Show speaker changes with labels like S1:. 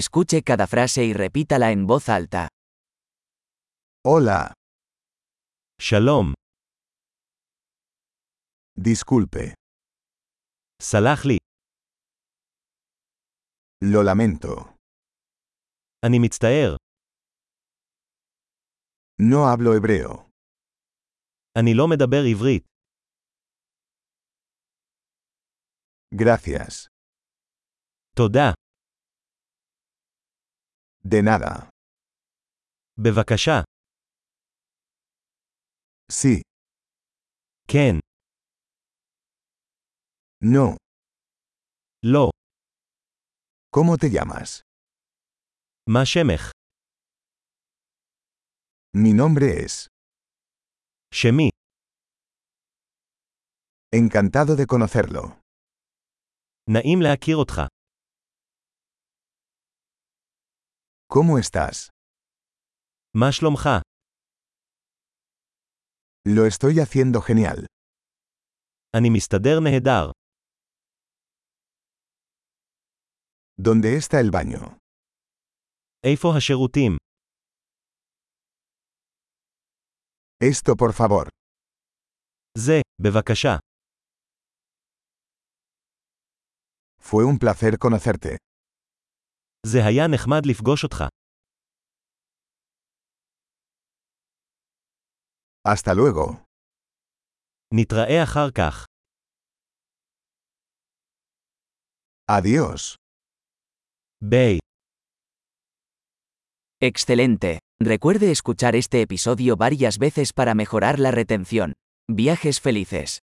S1: Escuche cada frase y repítala en voz alta.
S2: Hola,
S3: שלום,
S2: disculpe,
S3: סלח לי,
S2: lo lamento.
S3: אני מצטער,
S2: No hablo hebreo.
S3: אני לא מדבר עברית,
S2: Gracias.
S3: תודה,
S2: De nada.
S3: בבקשה,
S2: Sí,
S3: כן,
S2: no.
S3: לא,
S2: ¿Cómo te llamas?
S3: מה שמך,
S2: Mi nombre es.
S3: שמי,
S2: Encantado de conocerlo.
S3: נעים להכיר אותך,
S2: ¿Cómo estás?
S3: מה שלומך,
S2: Lo estoy haciendo genial.
S3: אני מסתדר נהדר,
S2: ¿Dónde está el baño?
S3: איפה השירותים,
S2: Esto por favor.
S3: זה, בבקשה,
S2: Fue un placer conocerte.
S3: זה היה נחמד לפגוש אותך,
S2: Hasta luego.
S3: נתראה אחר כך,
S2: Adiós.
S3: ביי.
S1: Excelente. Recuerde escuchar este episodio varias veces para mejorar la retención. Viajes felices.